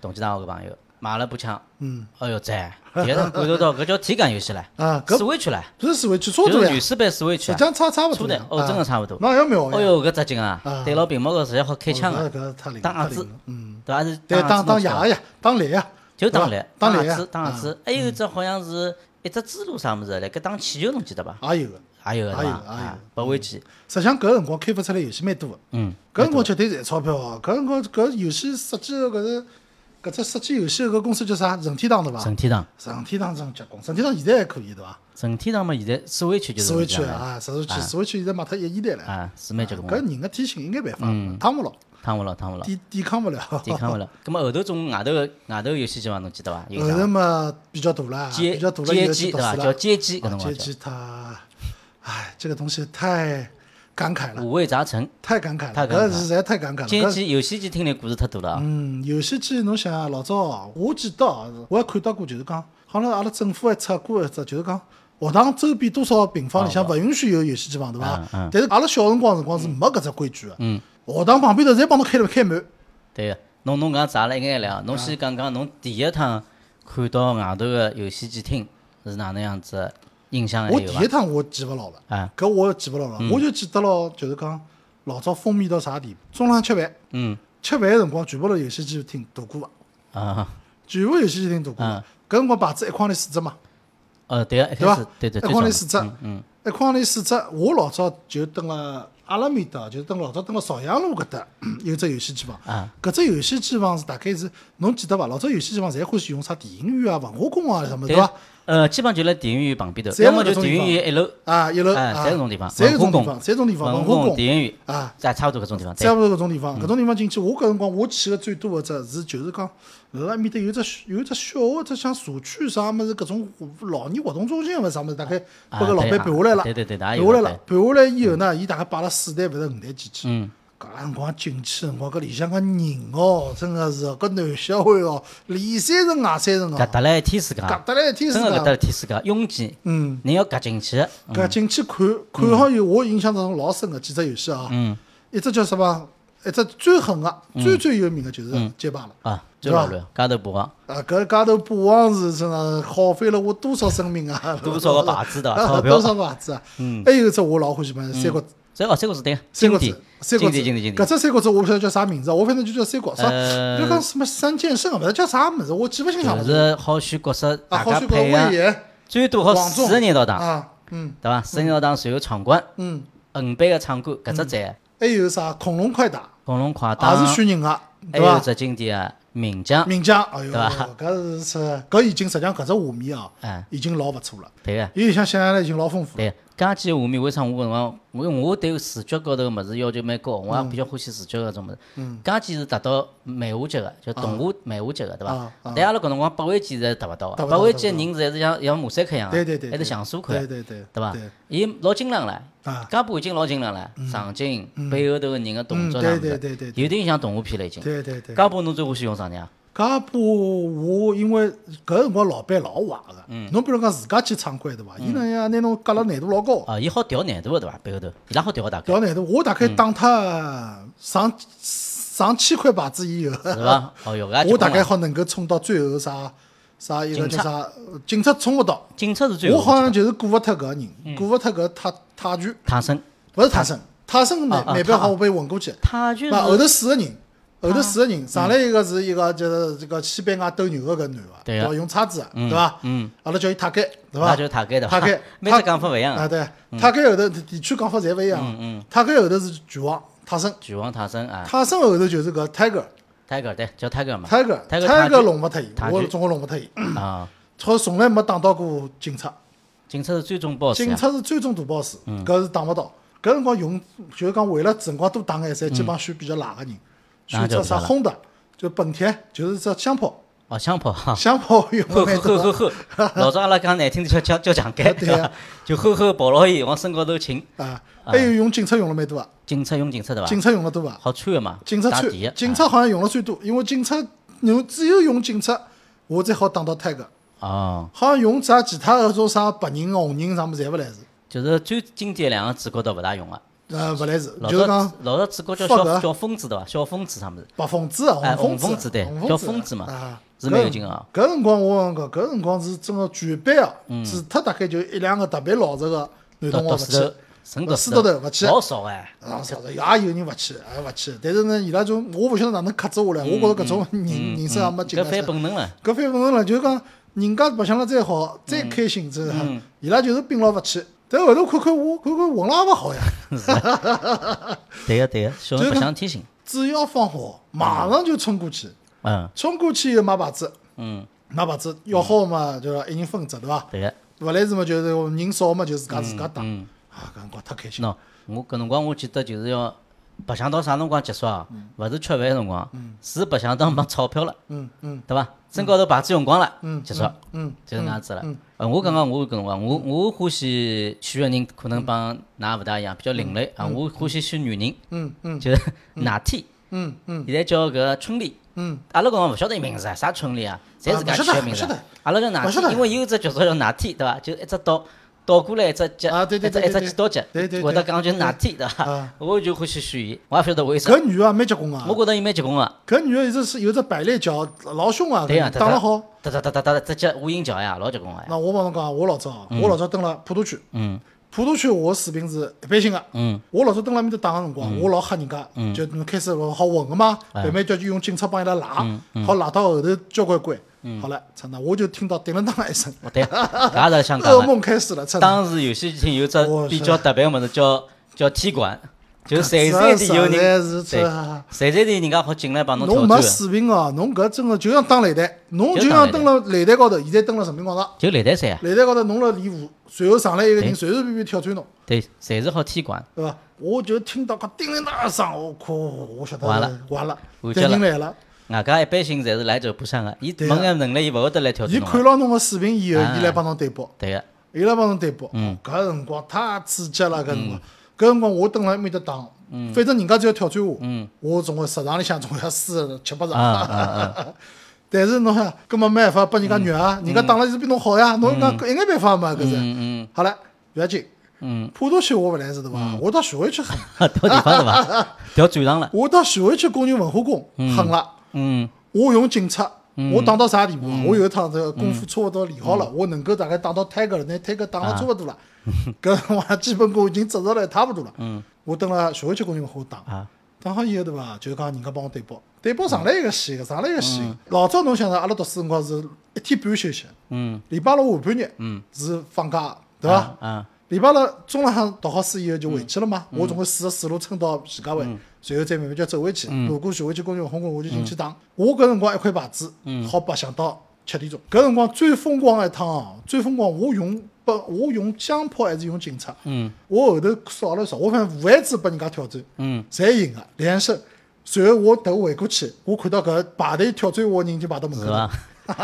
Speaker 1: 同济大学个朋友，买了把枪，
Speaker 2: 嗯，
Speaker 1: 哎哟赞，第一趟感受到搿叫体感游戏唻，
Speaker 2: 啊，
Speaker 1: 四
Speaker 2: 搿
Speaker 1: 位去唻，
Speaker 2: 不是四位去操
Speaker 1: 就
Speaker 2: 作
Speaker 1: 是
Speaker 2: 呀
Speaker 1: 女，士版四位去
Speaker 2: 实际
Speaker 1: 啊，
Speaker 2: 上差差勿
Speaker 1: 初
Speaker 2: 多
Speaker 1: 代
Speaker 2: 呀，
Speaker 1: 哦，真的差勿多。
Speaker 2: 那要秒
Speaker 1: 哦
Speaker 2: 呀，哦
Speaker 1: 哟，搿扎劲啊
Speaker 2: 啊！
Speaker 1: 对牢屏幕高头实在好开枪啊，
Speaker 2: 搿搿太灵，
Speaker 1: 打
Speaker 2: 太
Speaker 1: 鸭
Speaker 2: 灵
Speaker 1: 子
Speaker 2: 了，嗯，
Speaker 1: 对伐？是
Speaker 2: 对，
Speaker 1: 打
Speaker 2: 打
Speaker 1: 打
Speaker 2: 打牙呀，打猎呀，
Speaker 1: 就打
Speaker 2: 对吧
Speaker 1: 猎，
Speaker 2: 打
Speaker 1: 鸭
Speaker 2: 猎呀啊嗯
Speaker 1: 子，打鸭子。还有一只好像是一只猪猡啥物事，辣盖打气球，侬记得伐？
Speaker 2: 也有个。
Speaker 1: 也有个对
Speaker 2: 也
Speaker 1: 伐？
Speaker 2: 有也有
Speaker 1: 啊，八位机，
Speaker 2: 实际上搿辰光开发出来游戏蛮多个，
Speaker 1: 嗯，
Speaker 2: 搿辰光绝对赚钞票哦。搿辰光搿游戏设计的搿只搿只设计游戏的搿公司叫啥？任天堂对伐？
Speaker 1: 任天堂，
Speaker 2: 任天堂真结棍，任天堂现在还可以对伐？
Speaker 1: 任天堂嘛，现在四位区就是
Speaker 2: 四位区
Speaker 1: 这样的
Speaker 2: 啊，四位区，四位区现在卖脱一亿台了。
Speaker 1: 啊，是蛮结棍的，
Speaker 2: 搿人的天性应该办法，打勿牢，
Speaker 1: 趟勿牢，趟勿牢，
Speaker 2: 抵抵抗勿了。
Speaker 1: 嗯抵抗勿了。咁么后头种外头个外头游戏机嘛，侬记得伐？有
Speaker 2: 后
Speaker 1: 啥
Speaker 2: 头？嘛比较大了，
Speaker 1: 街
Speaker 2: 比较大了以
Speaker 1: 街
Speaker 2: 后
Speaker 1: 机对
Speaker 2: 就读
Speaker 1: 伐？
Speaker 2: 书
Speaker 1: 叫
Speaker 2: 了。
Speaker 1: 街机，搿辰
Speaker 2: 啊街
Speaker 1: 光叫
Speaker 2: 机它，唉，这个东西太感慨了，
Speaker 1: 五味杂陈。
Speaker 2: 太感慨
Speaker 1: 太
Speaker 2: 了，
Speaker 1: 感慨了
Speaker 2: 搿实在太感慨了。
Speaker 1: 街
Speaker 2: 啊搿
Speaker 1: 机游戏机听来故事太多了啊，
Speaker 2: 嗯，游戏机侬想啊，老早我记得啊，我还看到过，就是讲，好像阿拉政府还出过一只，就是讲学堂周边多少平方里向勿允许有游戏机房，对伐？
Speaker 1: 哦嗯嗯
Speaker 2: 但是阿拉小辰光辰光是没搿只规矩个。嗯。学堂旁边头侪帮侬开了开满，
Speaker 1: 对个。侬侬讲砸了一眼两，侬先讲讲侬第一趟看到外头个游戏机厅是哪能样子，印象还
Speaker 2: 我
Speaker 1: 哎有
Speaker 2: 第
Speaker 1: 伐
Speaker 2: 一？趟我记勿牢了，
Speaker 1: 啊，
Speaker 2: 搿我记勿牢了，我就记得咯，就是讲老早风靡到啥地步，中浪吃饭，
Speaker 1: 嗯
Speaker 2: 吃饭个辰光全部辣游戏机厅度过个，
Speaker 1: 啊，
Speaker 2: 全部游戏机厅度过个
Speaker 1: 嗯，
Speaker 2: 搿辰光牌子一筐里四只嘛，
Speaker 1: 哦对个，一
Speaker 2: 对
Speaker 1: 开始
Speaker 2: 伐？
Speaker 1: 对对，
Speaker 2: 一
Speaker 1: 最
Speaker 2: 筐
Speaker 1: 早
Speaker 2: 里四只，
Speaker 1: 嗯，
Speaker 2: 一筐里四只，我老早就蹲了阿拉面搭，就是蹲老早蹲了朝阳路搿搭 有只游戏机房。
Speaker 1: 啊
Speaker 2: 搿只游戏机房是大概是侬记得伐？老早游戏机房侪欢喜用啥电影院啊、文化宫啊什么，
Speaker 1: 对
Speaker 2: 伐
Speaker 1: 个？，呃，基本上就辣电影院旁边头，
Speaker 2: 侪
Speaker 1: 要么
Speaker 2: 是
Speaker 1: 就
Speaker 2: 搿种
Speaker 1: 电
Speaker 2: 地
Speaker 1: 影
Speaker 2: 方
Speaker 1: 院一楼，
Speaker 2: 啊，一楼
Speaker 1: 哎
Speaker 2: 啊
Speaker 1: 侪搿种地方
Speaker 2: 侪
Speaker 1: 文
Speaker 2: 搿
Speaker 1: 化
Speaker 2: 种地
Speaker 1: 宫
Speaker 2: 方，侪搿种地方，
Speaker 1: 文
Speaker 2: 化
Speaker 1: 宫、
Speaker 2: 宫
Speaker 1: 电影院，
Speaker 2: 啊，
Speaker 1: 在差不多搿种地方。
Speaker 2: 差
Speaker 1: 对，嗯
Speaker 2: 勿多搿种地方。搿种地方进去，我搿辰光我去个最多的只是就是讲，辣埃面搭有只有只小个只像社区啥物事搿种老年活动中心伐啥物事，大概拨搿
Speaker 1: 啊
Speaker 2: 老
Speaker 1: 对
Speaker 2: 板
Speaker 1: 啊
Speaker 2: 盘下来了，
Speaker 1: 对对对哪
Speaker 2: 盘
Speaker 1: 有
Speaker 2: 下来
Speaker 1: 对
Speaker 2: 了，盘下来以后呢，伊大概摆了四台勿是五台机器。
Speaker 1: 嗯，
Speaker 2: 搿辰光进去辰光，搿里向个人哦，真个是搿男小孩哦，里三层外三层
Speaker 1: 搿
Speaker 2: 哦，
Speaker 1: 搭来一天世界，
Speaker 2: 搿搭来一天
Speaker 1: 真
Speaker 2: 是
Speaker 1: 个搿搭
Speaker 2: 个，
Speaker 1: 一天世界，拥挤，
Speaker 2: 嗯，
Speaker 1: 人要夹进去。嗯
Speaker 2: 搿进去看看好以后，我印象当中老深个几只游戏啊，
Speaker 1: 嗯
Speaker 2: 一只叫什么？一只最狠个、最最有名个就是街霸了。
Speaker 1: 啊，最老乱，街头霸王，
Speaker 2: 啊，搿家头霸王是真的耗费了我多少生命啊！
Speaker 1: 多少个牌子 对伐？钞票嗯
Speaker 2: 多，少个牌子啊！还有一只我老欢喜买三国志，
Speaker 1: 三个三个是对个，
Speaker 2: 三国
Speaker 1: 经
Speaker 2: 志
Speaker 1: 典，，
Speaker 2: 三国
Speaker 1: 经典，经
Speaker 2: 志，
Speaker 1: 典，经典
Speaker 2: 搿。只三国志我不晓得叫啥名字啊，我反正就叫三国，啥
Speaker 1: 呃
Speaker 2: 就讲什么三剑圣啊，勿是叫啥物事，我记勿清啥
Speaker 1: 就
Speaker 2: 物事。
Speaker 1: 是好选角色，
Speaker 2: 嗯啊，
Speaker 1: 大
Speaker 2: 好
Speaker 1: 家
Speaker 2: 像个
Speaker 1: 配
Speaker 2: 魏
Speaker 1: 啊，
Speaker 2: 延
Speaker 1: 最多好
Speaker 2: 黄
Speaker 1: 四
Speaker 2: 忠
Speaker 1: 十人一道打，
Speaker 2: 啊，嗯
Speaker 1: 对伐？四十人一道打，随后场馆，
Speaker 2: 嗯，
Speaker 1: 五班个场馆，搿只站，
Speaker 2: 还有啥恐龙快打，
Speaker 1: 恐龙快打，
Speaker 2: 也啊是虚人个，
Speaker 1: 还
Speaker 2: 对
Speaker 1: 有
Speaker 2: 伐？
Speaker 1: 只经典个名将，
Speaker 2: 名将，哎
Speaker 1: 对
Speaker 2: 哟，
Speaker 1: 吧
Speaker 2: 搿是搿已经实际上搿只画面啊，
Speaker 1: 哎，
Speaker 2: 已经老勿错了，
Speaker 1: 对个。
Speaker 2: 伊里向想象力已经老丰富了。
Speaker 1: 对，家鸡画面为啥我搿辰光，我因为我对视觉高头个物事要求蛮高，我
Speaker 2: 嗯
Speaker 1: 也比较欢喜视觉搿种物事。家鸡是达到漫画级个，就动画漫画级个，对伐
Speaker 2: 啊？啊
Speaker 1: 但阿拉搿辰光八万几是达勿到
Speaker 2: 达
Speaker 1: 个，
Speaker 2: 不到
Speaker 1: 八万几个人侪是像像马赛克一样啊，
Speaker 2: 对对对，
Speaker 1: 还
Speaker 2: 对
Speaker 1: 是像素看
Speaker 2: 对
Speaker 1: 啊，
Speaker 2: 对对，
Speaker 1: 对伐
Speaker 2: 对？
Speaker 1: 伊老精良唻，
Speaker 2: 啊，
Speaker 1: 家步已经老精良了，场景背后头个人个动作啥
Speaker 2: 嗯
Speaker 1: 物
Speaker 2: 对
Speaker 1: 事
Speaker 2: 对对对，
Speaker 1: 有点像动画片了已经。
Speaker 2: 对对对。
Speaker 1: 家步侬最欢喜用啥呢？
Speaker 2: 加布，我因为搿辰光老板老坏个，
Speaker 1: 嗯
Speaker 2: 侬比如讲自家去闯关对伐？伊能呀拿侬隔了难度老高，
Speaker 1: 啊，伊好调难度个对伐？背后头，伊拉好调个大概
Speaker 2: 调难度，我大
Speaker 1: 嗯
Speaker 2: 概打脱上上千块牌子以后，
Speaker 1: 是伐？哦哟，搿也
Speaker 2: 啊我
Speaker 1: 结
Speaker 2: 大
Speaker 1: 棍
Speaker 2: 概
Speaker 1: 了
Speaker 2: 好能够冲到最后啥啥一个
Speaker 1: 警
Speaker 2: 叫
Speaker 1: 察
Speaker 2: 啥呃警察冲勿到，
Speaker 1: 警察是嗯最
Speaker 2: 我
Speaker 1: 后
Speaker 2: 好像
Speaker 1: 的
Speaker 2: 就是过勿脱搿个人，过勿脱搿泰泰拳，
Speaker 1: 唐僧。
Speaker 2: 勿是泰森，泰森
Speaker 1: 啊
Speaker 2: 难
Speaker 1: 啊
Speaker 2: 难标
Speaker 1: 泰
Speaker 2: 好被混过去。
Speaker 1: 他就是嗯
Speaker 2: 那后头四个人，后头四个人，上来一个是一个就是这个西班牙斗牛的搿男的，
Speaker 1: 对
Speaker 2: 对
Speaker 1: 啊
Speaker 2: 伐？用叉子的，对伐？
Speaker 1: 嗯，
Speaker 2: 阿拉叫伊塔盖，对
Speaker 1: 那
Speaker 2: 伐？
Speaker 1: 就是塔盖的吧，
Speaker 2: 塔盖
Speaker 1: 每只讲法勿一样
Speaker 2: 啊，
Speaker 1: 啊。
Speaker 2: 对，塔盖后头地区讲法侪勿一样。塔盖后头是拳王泰森，
Speaker 1: 拳王塔森嗯啊
Speaker 2: 泰森后头就是搿 Tiger，Tiger，Tiger
Speaker 1: 泰戈尔对，叫泰戈尔嘛。Tiger 嗯塔
Speaker 2: Tiger
Speaker 1: 拳
Speaker 2: 弄勿脱伊
Speaker 1: 塔，拳
Speaker 2: 我总归弄勿脱伊，
Speaker 1: 啊，
Speaker 2: 好从来没打到过警察，
Speaker 1: 警哦察是啊嗯最终 boss
Speaker 2: 警
Speaker 1: 呀。
Speaker 2: 察是最终大 boss，搿是打勿到。搿辰光用就是讲为了辰光多打眼，侪基本上选比较辣个人，
Speaker 1: 嗯那
Speaker 2: 选
Speaker 1: 就
Speaker 2: 择
Speaker 1: 不是
Speaker 2: 啥
Speaker 1: 了
Speaker 2: 轰的，就本田，就是只枪炮。
Speaker 1: 哦，枪 炮哈，
Speaker 2: 相跑用
Speaker 1: 吼
Speaker 2: 得蛮
Speaker 1: 吼吼
Speaker 2: 多，
Speaker 1: 吼 吼，老早阿拉讲难听点叫叫叫强奸，
Speaker 2: 对
Speaker 1: 对伐
Speaker 2: 啊？
Speaker 1: 就吼吼抱牢伊往身高头擒，
Speaker 2: 啊，还有用警察用了蛮多啊，
Speaker 1: 警察用警察对伐？
Speaker 2: 警察用了多伐？
Speaker 1: 好穿个嘛，
Speaker 2: 警察
Speaker 1: 打啊
Speaker 2: 穿
Speaker 1: 底的，
Speaker 2: 警察好像用了最多，因为警察侬只有用警察，我才好打到 tag。
Speaker 1: 啊哦，
Speaker 2: 好像用啥其他搿种啥白人、红人啥么侪勿来事，
Speaker 1: 就是最经典两个字高头勿大用个。
Speaker 2: 呃，勿来事，
Speaker 1: 老
Speaker 2: 就是
Speaker 1: 早
Speaker 2: 讲
Speaker 1: 老早只高叫
Speaker 2: 发个
Speaker 1: 小小疯子对伐？小疯子啥物事？
Speaker 2: 白疯子啊、
Speaker 1: 哎
Speaker 2: 红
Speaker 1: 红
Speaker 2: 疯
Speaker 1: 疯子对
Speaker 2: 红
Speaker 1: 叫
Speaker 2: 疯
Speaker 1: 疯子嘛
Speaker 2: 啊，
Speaker 1: 是蛮有
Speaker 2: 搿
Speaker 1: 劲啊。
Speaker 2: 搿辰光我讲搿辰光是真个全班啊，
Speaker 1: 嗯
Speaker 2: 除脱大概就一两个特别老实个男
Speaker 1: 读
Speaker 2: 同学
Speaker 1: 读
Speaker 2: 勿
Speaker 1: 书
Speaker 2: 去
Speaker 1: 头，，神
Speaker 2: 勿
Speaker 1: 读
Speaker 2: 是
Speaker 1: 书
Speaker 2: 读头勿去
Speaker 1: 老少哎。
Speaker 2: 啊，啥子也有人勿去，也勿去。但是呢，伊拉种我勿晓得哪能克制下来，
Speaker 1: 嗯
Speaker 2: 我觉着搿种人人生也没劲
Speaker 1: 搿
Speaker 2: 啊。
Speaker 1: 翻本能嗯了，
Speaker 2: 搿翻本了，就是讲人家白相了再好，再开心，真的，伊拉就是拼牢勿去。但后头看看我，看看混了也勿好呀。
Speaker 1: 对个对个，小人白相天性，
Speaker 2: 只要放好，马上就冲过去，
Speaker 1: 嗯
Speaker 2: 冲过去以后买牌子，
Speaker 1: 嗯，
Speaker 2: 买牌子要好嘛，就讲一人分一只，对伐？
Speaker 1: 对个。
Speaker 2: 勿来事嘛，就是人少嘛，就自
Speaker 1: 嗯
Speaker 2: 家自家打。啊，搿辰光太开心了。
Speaker 1: 喏，我搿辰光我记得就是要白相到啥辰光结束啊？勿是吃饭辰光，是白相到没钞票了，
Speaker 2: 嗯嗯
Speaker 1: 对伐？身高头牌子用光了，结束，
Speaker 2: 嗯，
Speaker 1: 就是搿样子了。呃，我刚刚我搿辰光，我我欢喜选个人可能帮㑚勿大一样，比较另类啊。我欢喜选女人，
Speaker 2: 嗯 嗯
Speaker 1: 就是奶天，
Speaker 2: 嗯嗯
Speaker 1: 现在叫搿春丽。
Speaker 2: 嗯，
Speaker 1: 阿拉搿辰光勿晓得伊名字啊，啥春丽啊，侪
Speaker 2: 啊
Speaker 1: 自家
Speaker 2: 勿晓
Speaker 1: 取
Speaker 2: 得
Speaker 1: 个名
Speaker 2: 勿
Speaker 1: 字
Speaker 2: 晓得
Speaker 1: 啊。阿拉叫奶
Speaker 2: 勿晓得
Speaker 1: 天，因为有一只角色叫奶天，对伐？就一只倒倒过来一只脚，
Speaker 2: 啊
Speaker 1: 一只
Speaker 2: 对对对
Speaker 1: 一只
Speaker 2: 对
Speaker 1: 剪刀脚
Speaker 2: 对对，对
Speaker 1: 会得讲就是奶天，对伐
Speaker 2: 啊？
Speaker 1: 我就欢喜选伊，我也勿晓得为啥，
Speaker 2: 搿女个也蛮结棍
Speaker 1: 我
Speaker 2: 个，
Speaker 1: 觉得伊蛮结棍啊个。
Speaker 2: 搿女个有只是有只摆肋脚，老凶啊，
Speaker 1: 对呀，
Speaker 2: 打了好。，
Speaker 1: 哒哒哒哒哒，只脚无影脚呀，老结棍个呀。
Speaker 2: 那我帮侬讲啊，我老早啊，我老早蹲辣普陀区，
Speaker 1: 嗯
Speaker 2: 普陀区我水平是一般性个。
Speaker 1: 嗯，
Speaker 2: 我老早蹲辣面搭打个辰光，我老吓人家，就侬开始勿好混个嘛，
Speaker 1: 哎
Speaker 2: 慢慢叫就用警察帮伊拉
Speaker 1: 嗯
Speaker 2: 拉，好拉到后头交关关。好了，操那我就听到叮啷当一声，
Speaker 1: 哦对，搿也是想讲
Speaker 2: 噩
Speaker 1: 个。
Speaker 2: 梦开始了，操！
Speaker 1: 当时游戏厅有只
Speaker 2: 我
Speaker 1: 比
Speaker 2: 是
Speaker 1: 较特别个物事，叫叫踢馆，就是随
Speaker 2: 这
Speaker 1: 随地有
Speaker 2: 实在
Speaker 1: 人，
Speaker 2: 是
Speaker 1: 对
Speaker 2: 这，
Speaker 1: 随随地人家好进来帮侬挑
Speaker 2: 侬
Speaker 1: 战
Speaker 2: 没
Speaker 1: 个。
Speaker 2: 水平哦，侬搿真个就像打擂台，侬就像蹲辣擂台高头，现在蹲辣人民广场，
Speaker 1: 就擂台赛啊，
Speaker 2: 擂台高头侬辣练武，随后上来一
Speaker 1: 哎
Speaker 2: 个人随随便便挑战侬。
Speaker 1: 对，侪是好踢馆。
Speaker 2: 对伐？我就听到个叮铃当一声，我靠，我晓得
Speaker 1: 完了，
Speaker 2: 完了，
Speaker 1: 完
Speaker 2: 敌人
Speaker 1: 结
Speaker 2: 来了。
Speaker 1: 外加一般性侪是来者不善个，伊
Speaker 2: 对
Speaker 1: 没
Speaker 2: 啊
Speaker 1: 眼能力，伊勿会得来挑
Speaker 2: 伊
Speaker 1: 战侬
Speaker 2: 看
Speaker 1: 个。
Speaker 2: 牢侬个水平以后，
Speaker 1: 啊
Speaker 2: 伊来帮侬对搏，
Speaker 1: 对个，啊
Speaker 2: 伊来帮侬对搏。
Speaker 1: 嗯
Speaker 2: 搿辰光太刺激了，搿辰光，搿辰光我蹲辣埃面搭打，
Speaker 1: 嗯
Speaker 2: 反正人家只要挑战我，我总归十场里向总归要输七八
Speaker 1: 啊嗯啊
Speaker 2: 场。
Speaker 1: 啊！
Speaker 2: 但是侬想，搿么没办法拨人家肉啊，人家打了是比侬好呀，侬讲搿一眼办法嘛，搿是。
Speaker 1: 嗯
Speaker 2: 好了，勿要紧。
Speaker 1: 嗯
Speaker 2: 普陀区我勿来是对伐？我到徐汇区狠，
Speaker 1: 嗯，调地方是 伐？调转上了。
Speaker 2: 我到徐汇区工人文化宫狠了。
Speaker 1: 嗯，
Speaker 2: 我用警察，我打到啥地步啊？我有一趟这个功夫
Speaker 1: 嗯
Speaker 2: 差不多练好了，我能够大概打到 Tiger 了，那 Tiger 打
Speaker 1: 啊
Speaker 2: 了差不多了， 搿我基本功已经执着了一塌糊涂了。我蹲了徐汇区工人文化打
Speaker 1: 嗯啊，嗯
Speaker 2: 打好以后对伐？就是讲人家帮我对包，对包上来一个死一个，上来一个死一个。老早侬想着阿拉读书辰光是一天半休息，
Speaker 1: 嗯
Speaker 2: 礼拜六下半日是放假，对伐？
Speaker 1: 啊啊，
Speaker 2: 礼拜六中浪向读好书以后就回去了嘛，
Speaker 1: 嗯
Speaker 2: 我总归顺着水路撑到徐家汇，随后再慢慢叫走回去。
Speaker 1: 嗯
Speaker 2: 路过徐汇区公园红馆，我就进去打。我搿辰光一块牌子，
Speaker 1: 嗯
Speaker 2: 好白相到七点钟。搿辰光最疯狂的一趟哦，最疯狂我用不我用枪炮还是用警察？
Speaker 1: 嗯
Speaker 2: 我后头扫了扫，我发现五万次拨人家挑战，
Speaker 1: 嗯，
Speaker 2: 侪赢个连胜。随后我头回过去，我看到搿排队挑战我的人已经排到门口
Speaker 1: 是
Speaker 2: 了。
Speaker 1: 伐？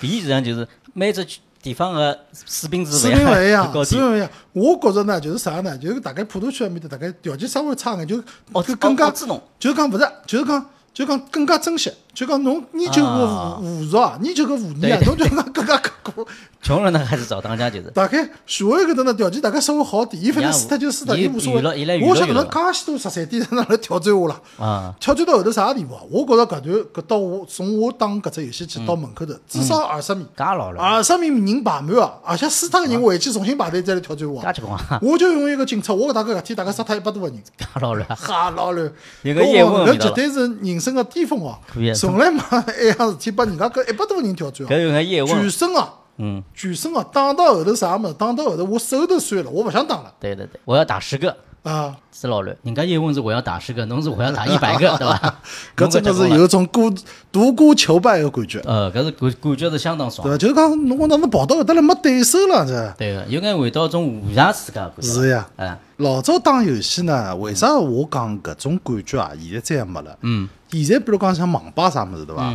Speaker 1: 伊实际上就是每只区地方个水平是
Speaker 2: 水平勿一样，
Speaker 1: 啊 高低。
Speaker 2: 水平勿一样。我觉着呢，就是啥呢？就是大概普陀区埃面搭，大概条件稍微差眼，就
Speaker 1: 哦
Speaker 2: 就更加
Speaker 1: 哦哦智能
Speaker 2: 就是讲勿是，就是讲就讲更加珍惜，就讲侬研究
Speaker 1: 啊
Speaker 2: 个武术啊，研究个武艺啊，
Speaker 1: 对
Speaker 2: 侬就讲更加刻苦。
Speaker 1: 穷人呢还是找当家就是。
Speaker 2: 大概徐汇搿搭呢条件大概稍微好点，伊反正
Speaker 1: 伊也
Speaker 2: 输脱就输脱，
Speaker 1: 伊
Speaker 2: 伊无所谓
Speaker 1: 娱乐伊来。娱乐
Speaker 2: 我想哪
Speaker 1: 娱乐
Speaker 2: 能介许多十三点哪能挑战我啦？
Speaker 1: 啊，
Speaker 2: 挑战到后头啥地步啊？我觉着搿段搿到我从我打搿只游戏机到门口头，至少二十米。
Speaker 1: 介老了，
Speaker 2: 二十米人排满啊，而且输脱个人回去重新排队再来挑战我啊。
Speaker 1: 介结棍啊，
Speaker 2: 我就用一个警察，我搿大概搿天大概杀脱一百多个人，
Speaker 1: 介老 了。
Speaker 2: 哈老卵！
Speaker 1: 有个叶问
Speaker 2: 我
Speaker 1: 味
Speaker 2: 搿
Speaker 1: 道
Speaker 2: 绝
Speaker 1: 了
Speaker 2: 对是人生的巅峰哦
Speaker 1: 可以啊！
Speaker 2: 从来没一样事体把人家搿一百多个人挑战哦，
Speaker 1: 搿有眼叶
Speaker 2: 全
Speaker 1: 问，
Speaker 2: 身哦，
Speaker 1: 嗯，
Speaker 2: 全身哦，打到后头啥物事，打到后头我手都酸了，我勿想打了
Speaker 1: 对对对，我要打十个。
Speaker 2: 啊！
Speaker 1: 是老卵，人家叶问是我要打十个，侬是我 要打一百个，对伐？
Speaker 2: 搿
Speaker 1: 侬
Speaker 2: 真
Speaker 1: 结
Speaker 2: 的
Speaker 1: 棍
Speaker 2: 是
Speaker 1: 了
Speaker 2: 有一种孤独孤求败的感觉，
Speaker 1: 呃，搿是感感觉是相当爽
Speaker 2: 对。伐？就是讲侬哪能跑到搿搭来没对手了这？
Speaker 1: 对个，有眼回到一种武侠世界的感觉。
Speaker 2: 是呀
Speaker 1: 嗯，
Speaker 2: 老早打游戏呢，为啥我讲搿种感觉啊？现在再也没了。嗯，现在比如讲像网吧啥物事对伐？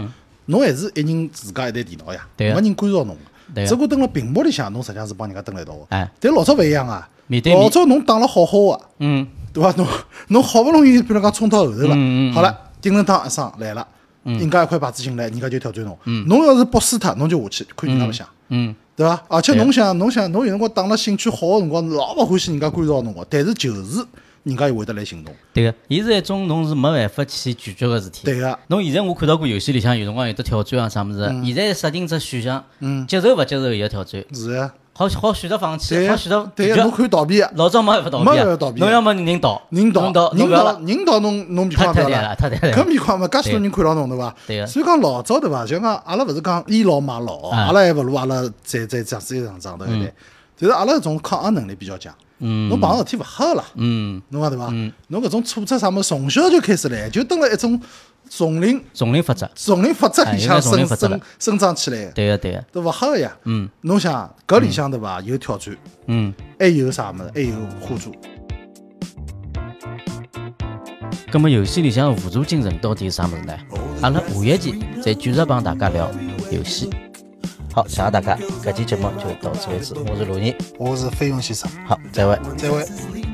Speaker 2: 侬还是一人自家一台电脑呀，没
Speaker 1: 对啊
Speaker 2: 人干扰侬
Speaker 1: 对
Speaker 2: 的。
Speaker 1: 啊
Speaker 2: 只不过蹲辣屏幕里向，侬实际上是帮人家蹲辣一道的。
Speaker 1: 哎，
Speaker 2: 但老早勿一样啊，
Speaker 1: 面对面
Speaker 2: 老早侬打了好好个，
Speaker 1: 嗯，
Speaker 2: 对伐？侬侬好不容易，比如讲冲到后头
Speaker 1: 嗯
Speaker 2: 了，好了，叮铃当一声来了，人家一块牌子进来，人家就挑战侬。侬要是搏死他，侬就下去，看人家白相。
Speaker 1: 嗯，
Speaker 2: 对伐？而且侬想，侬想，侬有辰光打了兴趣好个辰光，老勿欢喜人家干扰侬个，但是就是人家又会得来寻侬。
Speaker 1: 对个，伊是一种侬是没办法去拒绝个事体。
Speaker 2: 对啊个，
Speaker 1: 侬现在我看到过游戏里向有辰光有得挑战啊啥物
Speaker 2: 嗯
Speaker 1: 事，现在设定只选项，接受勿接受伊个挑战，
Speaker 2: 是啊，
Speaker 1: 好好选择放弃，
Speaker 2: 嗯对
Speaker 1: 好
Speaker 2: 啊
Speaker 1: 选择拒
Speaker 2: 对个，
Speaker 1: 绝
Speaker 2: 侬。看倒闭啊，
Speaker 1: 老早没办法倒闭
Speaker 2: 没办
Speaker 1: 啊
Speaker 2: 法倒，闭啊
Speaker 1: 侬要么人倒，
Speaker 2: 人
Speaker 1: 倒，
Speaker 2: 倒
Speaker 1: 人倒，侬
Speaker 2: 人
Speaker 1: 不要
Speaker 2: 倒
Speaker 1: 了，
Speaker 2: 人倒，侬侬面
Speaker 1: 太
Speaker 2: 孔也
Speaker 1: 太
Speaker 2: 勿
Speaker 1: 对
Speaker 2: 要
Speaker 1: 了，太对
Speaker 2: 搿
Speaker 1: 了，
Speaker 2: 面孔嘛，介许多人看牢侬对伐？
Speaker 1: 对个
Speaker 2: 所以讲老早对伐？就讲阿拉勿是讲倚老卖老，
Speaker 1: 啊
Speaker 2: 阿拉还勿如阿拉再再长再长长头一代。但是阿拉搿种抗压能力比较强，
Speaker 1: 嗯
Speaker 2: 侬碰上事体勿吓个啦，
Speaker 1: 嗯，
Speaker 2: 侬讲对伐？侬搿种挫折啥物事，从小就开始来，就蹲辣一种丛林
Speaker 1: 丛林法则，
Speaker 2: 丛林法则
Speaker 1: 哎
Speaker 2: 里向
Speaker 1: 应该丛林
Speaker 2: 生
Speaker 1: 法则了
Speaker 2: 生生长起来的，
Speaker 1: 对个对个，
Speaker 2: 对勿吓个呀。
Speaker 1: 嗯
Speaker 2: 侬想搿里向对伐？有挑战，
Speaker 1: 嗯，
Speaker 2: 还有啥物事？还有互助。
Speaker 1: 葛么游戏里向的辅助精神到底是啥物事呢？阿拉下一期再继续帮大家聊游戏。好，谢谢大家，搿期节目就到此为止，我是陆毅，
Speaker 2: 我是费用先生，
Speaker 1: 好，再会。
Speaker 2: 再会。
Speaker 3: sleep.